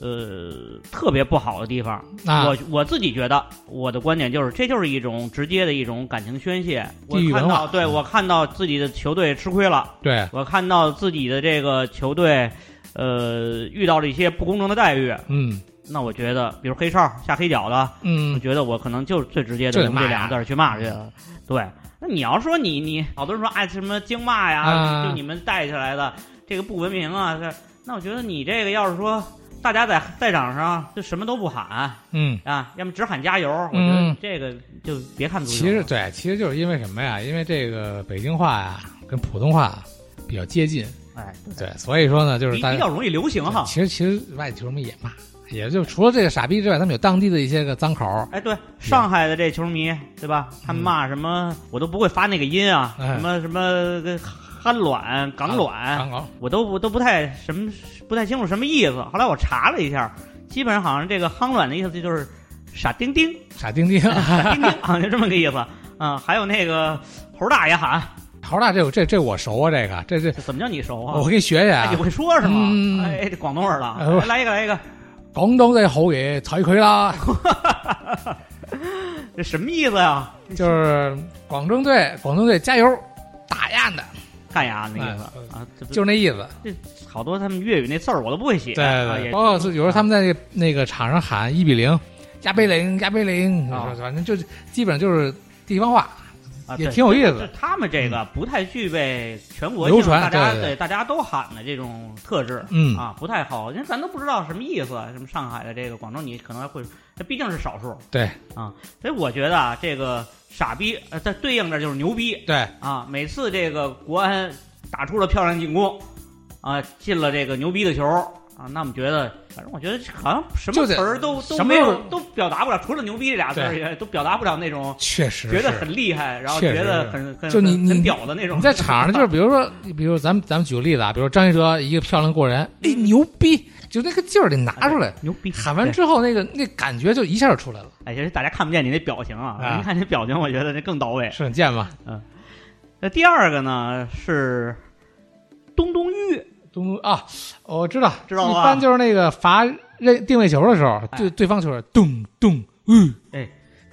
S2: 呃，特别不好的地方。
S1: 那
S2: 我我自己觉得，我的观点就是，这就是一种直接的一种感情宣泄。我
S1: 地域
S2: 看
S1: 文化嗯
S2: 到，对我看到自己的球队吃亏了，
S1: 对，
S2: 我看到自己的这个球队，呃，遇到了一些不公正的待遇，
S1: 嗯
S2: 那我觉得，比如黑哨下黑脚的，我
S1: 嗯，
S2: 觉得我可能就是最直接
S1: 就
S2: 的
S1: 得
S2: 用这
S1: 骂嗯
S2: 两个字儿去骂去了。对，那你要说你你好多人说哎什么经骂呀，
S1: 啊
S2: 就你们带起来的这个不文明啊，这那我觉得你这个要是说大家在赛场上就什么都不喊
S1: 嗯。
S2: 啊，要么只喊加油，我觉
S1: 嗯
S2: 得这个就别看足球
S1: 其
S2: 了。
S1: 实对，其实就是因为什么呀？因为这个北京话呀跟普通话比较接近，
S2: 哎，
S1: 对，所以说呢，就是
S2: 比
S1: 大
S2: 比
S1: 家
S2: 较容易流行哈。
S1: 其实其实外地球迷也骂，也就除了这个傻逼之外，他们有当地的一些个脏口儿，
S2: 哎，对，上海的这球迷，对吧？他们骂什么，我都不会发那个音啊，
S1: 嗯哎啊
S2: 什么什么跟憨卵、港卵，
S1: 脏口
S2: 我都我都不太什么不太清楚什么意思。后来我查了一下，基本上好像这个“夯卵”的意思就是傻丁丁，
S1: 傻丁 丁。
S2: 傻丁丁，好像就这么个意思。啊、还有那个猴大爷喊，
S1: 猴大这这这我熟啊，这个这这
S2: 这怎么叫你熟啊？
S1: 我给你学学
S2: 哎
S1: 啊
S2: 你。会说是吗？
S1: 嗯
S2: 哎，这广东味儿了，
S1: 哎不
S2: 哎来一个，来一个，
S1: 广东这猴爷才魁 啦，
S2: 这什么意思呀、
S1: 就是广东队，广东队加油，打样 的，
S2: 干呀，那意思、啊，这不
S1: 哎嗯就是那意思。
S2: 好多他们粤语那字儿我都不会写，
S1: 对
S2: 啊
S1: 对，
S2: 也
S1: 包括有时候他们在那个那个场上喊一比零，加倍零，加倍零，
S2: 啊
S1: 就是反正就基本上就是地方话，
S2: 啊
S1: 也
S2: 对
S1: 挺有意
S2: 就
S1: 思。
S2: 他们这个不太具备全国
S1: 流
S2: 性，
S1: 传
S2: 大家
S1: 嗯对对
S2: 大家都喊的这种特质，
S1: 嗯
S2: 啊，不太好，因为咱都不知道什么意思，什么上海的这个广州，你可能还会，这毕竟是少数，
S1: 对
S2: 啊，所以我觉得啊，这个傻逼，呃，它对应着就是牛逼
S1: 对，
S2: 啊，每次这个国安打出了漂亮进攻，啊，进了这个牛逼的球。啊，那我们觉得，反正我觉得这好像什
S1: 就
S2: 么
S1: 得
S2: 词儿都都
S1: 什么
S2: 没有
S1: 都，
S2: 都表达不了，除了“牛逼”这俩字儿，
S1: 对
S2: 也都表达不了那种
S1: 确实
S2: 觉得
S1: 是
S2: 很厉害，然后
S1: 确
S2: 觉
S1: 实
S2: 得很很
S1: 就你
S2: 很
S1: 你
S2: 很屌的那种。
S1: 你在场上就是，比如说，比如咱们咱们举个例子啊，比如张一哲一个漂亮过 人，哎牛逼，就那个劲儿得拿出来，
S2: 牛逼，
S1: 喊完
S2: 对
S1: 之后那个那感觉就一下就出来了，
S2: 哎，其实大家看不见你那表情啊，
S1: 啊
S2: 您看这表情，我觉得这更到位。
S1: 是很贱吗？
S2: 那第二个呢是东东玉，
S1: 东东啊，我知道，
S2: 知道吧
S1: 一般就是那个罚认定位球的时候，
S2: 哎
S1: 对对方就是咚咚，嗯，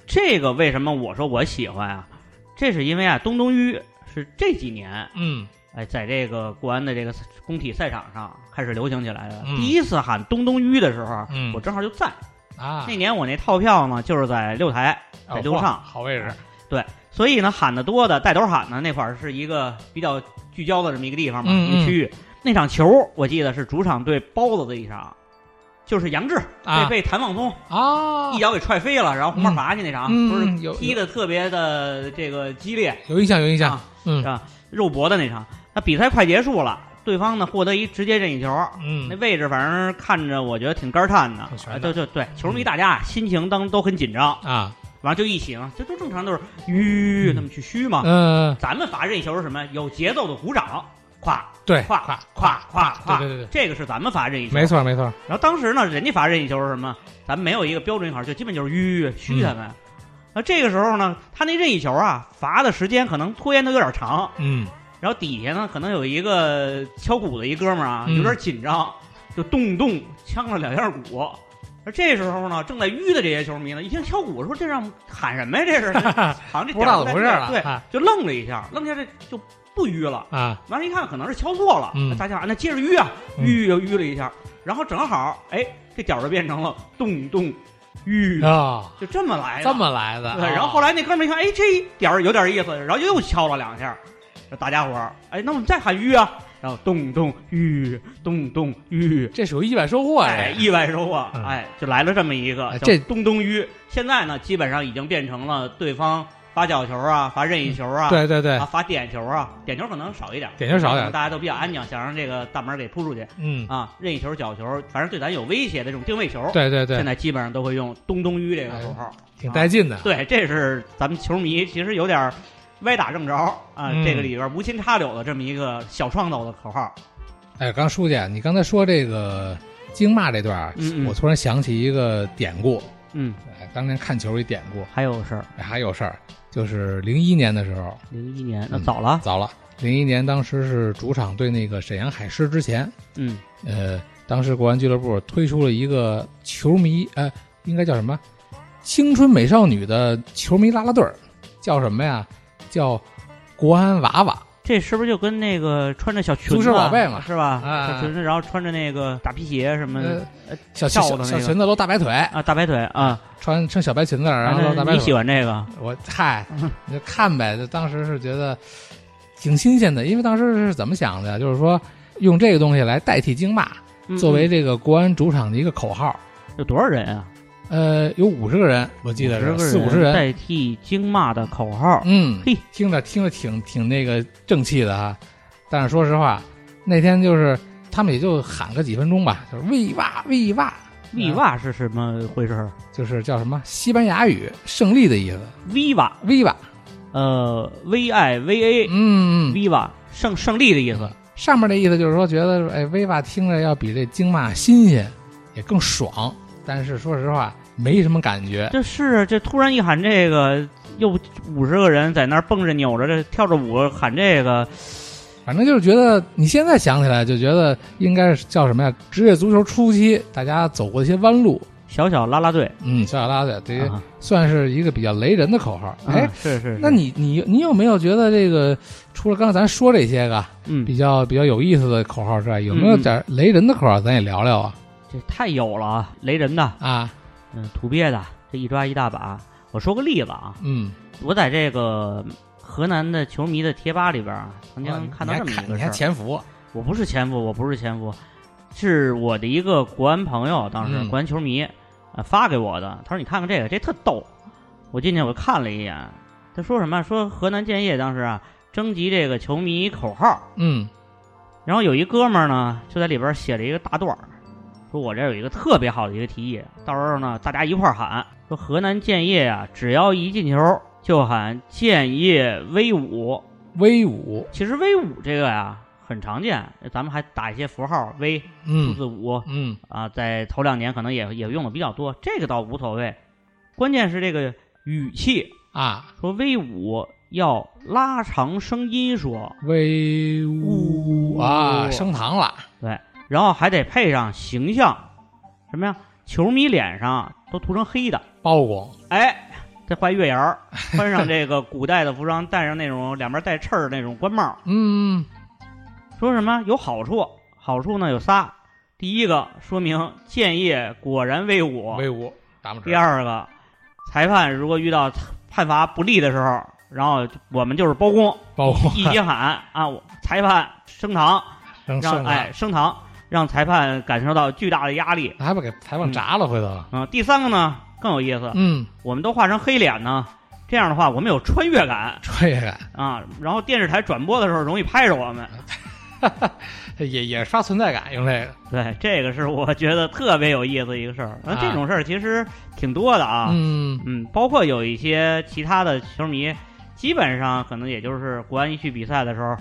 S2: 这个为什么我说我喜欢啊？这是因为啊，东东玉是这几年
S1: 嗯，
S2: 哎，在这个国安的这个工体赛场上开始流行起来的。
S1: 嗯
S2: 第一次喊东东玉的时候，
S1: 嗯
S2: 我正好就在
S1: 啊，
S2: 那年我那套票呢，就是在六台。在溜
S1: 哦嚯
S2: 上啊
S1: 好位置，
S2: 所以呢，喊得多的带头喊的那块儿是一个比较聚焦的这么一个地方嘛，
S1: 嗯
S2: 一
S1: 嗯
S2: 个区域。那场球我记得是主场对包子的一场，就是杨志
S1: 啊
S2: 被被谭望松
S1: 啊
S2: 一，脚给踹飞了，然后红牌罚去那场，
S1: 嗯
S2: 不
S1: 嗯有
S2: 是踢的特别的这个激烈，
S1: 有印象有印象
S2: 啊，
S1: 嗯
S2: 肉搏的那场。那比赛快结束了，对方呢获得一直接任意球，那
S1: 嗯，
S2: 位置反正看着我觉得挺肝儿颤的
S1: 挺悬，
S2: 啊
S1: 的嗯
S2: 就就对球迷大家啊心情当都很紧张，
S1: 啊，
S2: 完了就一起嘛，这都正常都是吁那么去嘘嘛，
S1: 嗯，
S2: 咱们罚任意球是什么？有节奏的鼓掌，咵
S1: 对，
S2: 咵
S1: 跨
S2: 咵咵咵，
S1: 对对对对，
S2: 这个是咱们罚任意球。
S1: 没。错没错，
S2: 然后当时呢，人家罚任意球是什么？咱们没有一个标准一号，就基本就是吁嘘他
S1: 嗯
S2: 们。那、这个时候呢，他那任意球啊，罚的时间可能拖延的有点长，
S1: 嗯，
S2: 然后底下呢可能有一个敲鼓的一哥们儿啊，
S1: 嗯
S2: 有点紧张，就咚咚呛了两下鼓。而这时候呢，正在吁的这些球迷呢，一听敲鼓，说这让喊什么 呀？这是，好像这
S1: 不知道怎么
S2: 点不
S1: 回事
S2: 太
S1: 了，
S2: 对，
S1: 啊
S2: 就愣了一下，愣一下这就不淤了。
S1: 啊，
S2: 完了，一看可能是敲错了，
S1: 嗯
S2: 那大家那接着淤啊，
S1: 嗯
S2: 淤又淤了一下，然后正好哎，这点儿就变成了咚咚淤，
S1: 啊，
S2: 就这么来的。
S1: 这么来的，
S2: 哎
S1: 哦
S2: 对，然后后来那哥们儿一看，哎，这点儿有点意思，然后又敲了两下，这大家伙儿，哎，那我们再喊淤啊，然后咚咚吁，咚咚吁，
S1: 这属于意外收获
S2: 哎，
S1: 呀。
S2: 意外收获，
S1: 嗯
S2: 哎，就来了这么一个
S1: 哎
S2: 叫
S1: 这
S2: 咚咚吁。现在呢，基本上已经变成了对方发角球啊，罚任意球啊，
S1: 嗯对对对
S2: 啊，，罚点球啊，点球可能少一点，
S1: 点球少点
S2: 大家都比较安静，想让这个大门给扑出去
S1: 嗯，
S2: 啊，任意球、角球，反正对咱有威胁的这种定位球，
S1: 对对哎
S2: 现
S1: 对，
S2: 在基本上都会用咚咚吁这个口号。
S1: 挺带劲的。
S2: 对，这是咱们球迷其实有点儿歪打正着啊，
S1: 嗯
S2: 这个里边无心插柳的这么一个小创造的口号。
S1: 哎，刚书记啊，你刚才说这个经骂这段儿，
S2: 嗯嗯
S1: 我突然想起一个典故。
S2: 嗯，
S1: 哎，当年看球一典故，
S2: 还有事儿，
S1: 哎还有事儿，就是零一年的时候，
S2: 零一年那
S1: 嗯
S2: 早了，
S1: 早了。零一年当时是主场对那个沈阳海狮之前，
S2: 嗯
S1: 呃，当时国安俱乐部推出了一个球迷，呃，应该叫什么？青春美少女的球迷啦啦队儿，叫什么呀？叫国安娃娃。
S2: 这是不是就跟那个穿着小裙子
S1: 足球宝贝嘛
S2: 是吧？
S1: 啊
S2: 小裙子，然后穿着那个大皮鞋什么
S1: 呃
S2: 的，
S1: 小
S2: 跳
S1: 小
S2: 的那
S1: 小
S2: 个
S1: 裙子露大白腿，
S2: 啊，大白腿啊，
S1: 穿穿小白裙子，啊然后露大
S2: 那
S1: 白
S2: 哎你喜
S1: 腿。
S2: 欢这个？
S1: 我嗨，你就看呗。就当时是觉得挺新鲜的，因为当时是怎么想的呀？就是说用这个东西来代替京骂，
S2: 嗯
S1: 作为这个国安主场的一个口号。
S2: 嗯有多少人啊？
S1: 呃，有五十个人，我记得是
S2: 50
S1: 四五十人。
S2: 代替京骂的口号，
S1: 嗯，
S2: 嘿，
S1: 听着听着挺挺那个正气的哈，但是说实话，那天就是他们也就喊个几分钟吧，就是喂哇喂哇啊
S2: ，V 哇是什么回事儿
S1: 就是叫什么西班牙语胜利的意思
S2: ？V 哇，
S1: ，v 哇，
S2: 呃，V I V A
S1: 嗯，嗯
S2: V 哇，胜胜利的意思。
S1: 上面的意思就是说觉得哎威哇听着要比这京骂新鲜，也更爽，但是说实话没什么感觉，
S2: 这是这突然一喊这个，又五十个人在那儿蹦着扭着这跳着舞喊这个，
S1: 反正就是觉得你现在想起来就觉得应该是叫什么呀？职业足球初期大家走过一些弯路，
S2: 小小啦啦队，
S1: 嗯，小小拉队这
S2: 啊
S1: 算是一个比较雷人的口号，哎。
S2: 嗯是是，是
S1: 那你你你有没有觉得这个除了刚才咱说这些个
S2: 嗯，
S1: 比较比较有意思的口号之外，有没有
S2: 嗯嗯
S1: 点雷人的口号？咱也聊聊啊
S2: 这太有了啊，雷人的，
S1: 啊
S2: 嗯，土鳖的，这一抓一大把。我说个例子啊，
S1: 嗯，
S2: 我在这个河南的球迷的贴吧里边啊，曾
S1: 哇
S2: 经看到
S1: 你还
S2: 这么一
S1: 看
S2: 个
S1: 你
S2: 事
S1: 还
S2: 儿，
S1: 潜伏，
S2: 我不是前夫，我不是前夫，是我的一个国安朋友，当时
S1: 嗯
S2: 国安球迷、呃、发给我的。他说：“你看看这个，这特逗。”我进去我看了一眼，他说什么？说河南建业当时啊征集这个球迷口号，
S1: 嗯
S2: 然后有一哥们儿呢就在里边写了一个大段儿，说我这儿有一个特别好的一个提议，到时候呢大家一块儿喊，说河南建业啊，只要一进球就喊建业威武。
S1: 威武，
S2: 其实威武这个呀很常见，咱们还打一些符号威数
S1: 嗯
S2: 字五
S1: 嗯
S2: 啊，在头两年可能也也用的比较多，这个倒无所谓，关键是这个语气，
S1: 啊，
S2: 说威武要拉长声音说，
S1: 威武啊，
S2: 武
S1: 升堂了，
S2: 然后还得配上形象，什么呀？球迷脸上都涂成黑的，
S1: 包公，
S2: 哎，再画月牙儿，穿上这个古代的服装，戴上那种两边带刺儿的那种官帽，
S1: 嗯
S2: 说什么有好处？好处呢有仨，第一个说明建业果然威武，
S1: 威武，打不
S2: 第
S1: 着，
S2: 二个，裁判如果遇到判罚不利的时候，然后我们就是包公，
S1: 包公
S2: 一 起喊啊，我裁判升堂，
S1: 升嗯
S2: 让
S1: 升
S2: 哎
S1: 堂，
S2: 升堂，让裁判感受到巨大的压力。
S1: 还不给裁判砸了，回头，
S2: 嗯、第三个呢更有意思，
S1: 嗯，
S2: 我们都画成黑脸呢，这样的话我们有穿越感
S1: 穿越感，
S2: 啊，然后电视台转播的时候容易拍着我们。
S1: 也也刷存在感，用这个，
S2: 对，这个是我觉得特别有意思一个事儿。那
S1: 啊
S2: 这种事儿其实挺多的啊。
S1: 嗯
S2: 嗯，包括有一些其他的球迷，基本上可能也就是国安一去比赛的时候，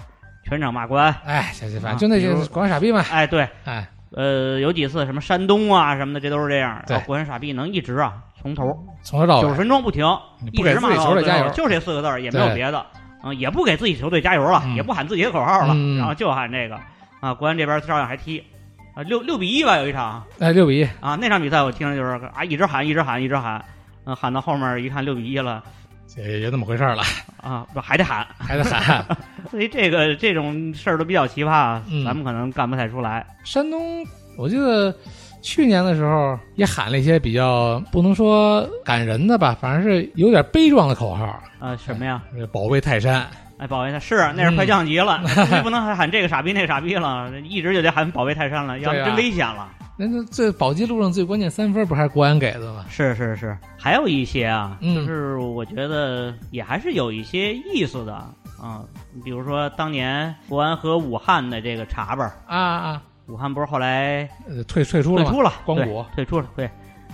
S2: 全场骂国安。
S1: 哎，行行，反
S2: 啊
S1: 正就那些
S2: 比如
S1: 国安傻逼嘛，
S2: 哎，对，
S1: 哎。
S2: 呃，有几次什么山东啊什么的，这都是这样。
S1: 对
S2: 然后国安傻逼能一直啊，从头
S1: 从头到
S2: 九十
S1: 尾，
S2: 分钟不停，
S1: 你
S2: 一
S1: 不给
S2: 直
S1: 自
S2: 骂
S1: 己
S2: 到
S1: 球队
S2: 最
S1: 加
S2: 后
S1: 油，
S2: 就这四个字儿，也没有
S1: 对
S2: 别的。嗯，也不给自己球队加油了，
S1: 嗯
S2: 也不喊自己的口号了，
S1: 嗯
S2: 然后就喊这个啊，国安这边照样还踢啊，六六比一吧，有一场
S1: 哎，六比一，
S2: 啊，那场比赛我听着就是啊，一直喊，一直喊，一直喊，嗯、喊到后面一看六比一了
S1: 也就那么回事儿了，
S2: 啊，不还得喊，
S1: 还得喊。
S2: 所以这个这种事儿都比较奇葩，啊
S1: 嗯
S2: 咱们可能干不太出来。
S1: 山东，我记得去年的时候也喊了一些比较不能说感人的吧，反正是有点悲壮的口号，
S2: 呃，什么呀？
S1: 保卫泰山，
S2: 哎，保卫泰是那是
S1: 嗯
S2: 快降 级了，你不能还喊这个傻逼那个傻逼了，一直就得喊保卫泰山了，要不
S1: 对啊
S2: 真危险了。
S1: 那这这保级路上最关键三分不还是国安给的吗？
S2: 是是是，还有一些啊，
S1: 嗯
S2: 就是我觉得也还是有一些意思的啊，比如说当年国安和武汉的这个茶本儿，
S1: 啊啊，
S2: 武汉不是后来
S1: 呃退退出
S2: 退
S1: 了吗？
S2: 出了，
S1: 光
S2: 对
S1: 谷
S2: 退出了，对，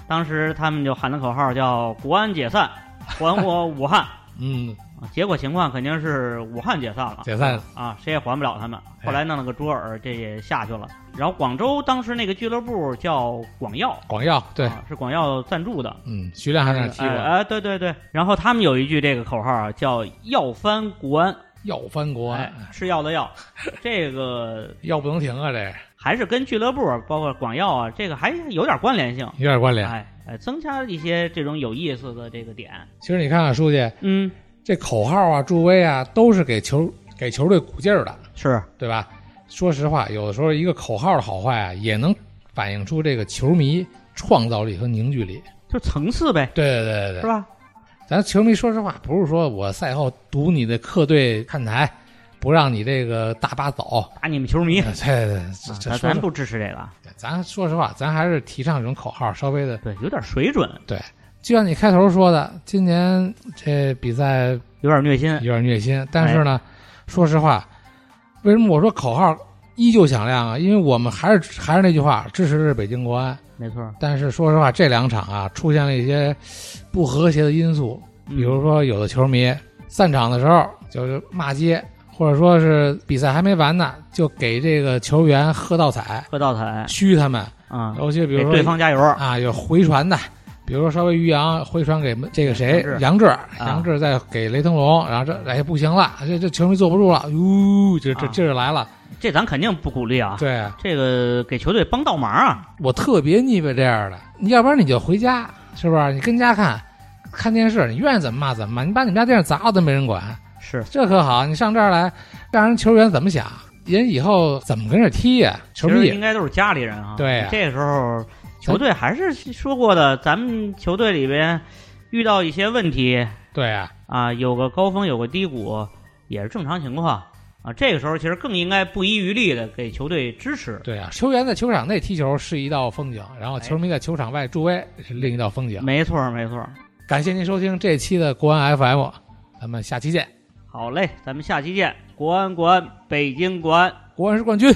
S2: 当时他们就喊的口号叫“国安解散，还我武汉”，
S1: 嗯，
S2: 啊结果情况肯定是武汉解散了，
S1: 解散了。哎
S2: 啊，谁也还不了他们。后来弄了个卓尔，这也下去了。然后广州当时那个俱乐部叫广药，
S1: 广药对，
S2: 啊、是广药赞助的。
S1: 嗯，徐亮还在那儿踢
S2: 哎
S1: 过，
S2: 哎，对对对。然后他们有一句这个口号啊，叫“药翻国安
S1: 要翻”，国
S2: 哎
S1: 安，，
S2: 吃药 的药，这个
S1: 药不能停啊，这
S2: 还是跟俱乐部，包括广药啊，这个还有点关联性。
S1: 有点关联。
S2: 哎哎，增加了一些这种有意思的这个点。
S1: 其实你看啊看书记
S2: 嗯，
S1: 这口号啊、助威啊，都是给球给球队鼓劲儿的，
S2: 是
S1: 对吧？说实话，有的时候一个口号的好坏啊，也能反映出这个球迷创造力和凝聚力。
S2: 就层次呗，
S1: 对对对对
S2: 是
S1: 对，
S2: 吧？
S1: 咱球迷说实话，不是说我赛后堵你的客队看台，不让你这个大巴 走。
S2: 打你们球迷，
S1: 对
S2: 啊
S1: 对对，这这
S2: 咱
S1: 说
S2: 咱
S1: 实
S2: 不支持这个啊，
S1: 咱说实话，咱还是提倡这种口号，稍微的，
S2: 对，有点水准，
S1: 就像你开头说的，今年这比赛
S2: 有点虐心。
S1: 有点虐心。但是
S2: 哎
S1: 呢，说实话，为什么我说口号依旧响亮啊？因为我们还是还是那句话，支持的是北京国安。
S2: 没错，
S1: 但是说实话，这两场啊，出现了一些不和谐的因素，
S2: 嗯
S1: 比如说有的球迷散场的时候就是骂街，或者说是比赛还没完呢，就给这个球员喝倒彩，
S2: 喝倒彩
S1: 嘘他们。
S2: 啊，
S1: 尤其比
S2: 给
S1: 如说
S2: 对方加油，
S1: 啊，有回传的，比如说稍微于洋回传给这个谁杨志，
S2: 啊
S1: 杨志再给雷腾龙，然后这哎不行了，这这球迷坐不住了，哟，这这
S2: 啊
S1: 劲儿来了。
S2: 这咱肯定不鼓励啊。
S1: 对
S2: 这个给球队帮倒忙啊，
S1: 我特别腻歪这样的，你要不然你就回家，是不是？你跟家看。看电视，你愿意怎么骂怎么骂，你把你们家电视砸了都没人管，
S2: 是
S1: 这可好？你上这儿来，让人球员怎么想？人以后怎么跟这踢呀、球
S2: 其
S1: 迷
S2: 实
S1: 也
S2: 应该都是家里人啊。
S1: 对啊
S2: 这个时候球队还是说过的，咱们球队里边遇到一些问题
S1: 对啊，
S2: 啊，有个高峰，有个低谷，也是正常情况啊。这个时候其实更应该不遗余力的给球队支持。
S1: 对啊，球员在球场内踢球是一道风景，然后球迷在球场外助威是另一道风景。
S2: 没错，没错。
S1: 感谢您收听这期的国安 FM，咱们下期见。
S2: 好嘞，咱们下期见。国安，国安，北京国安。
S1: 国安是冠军。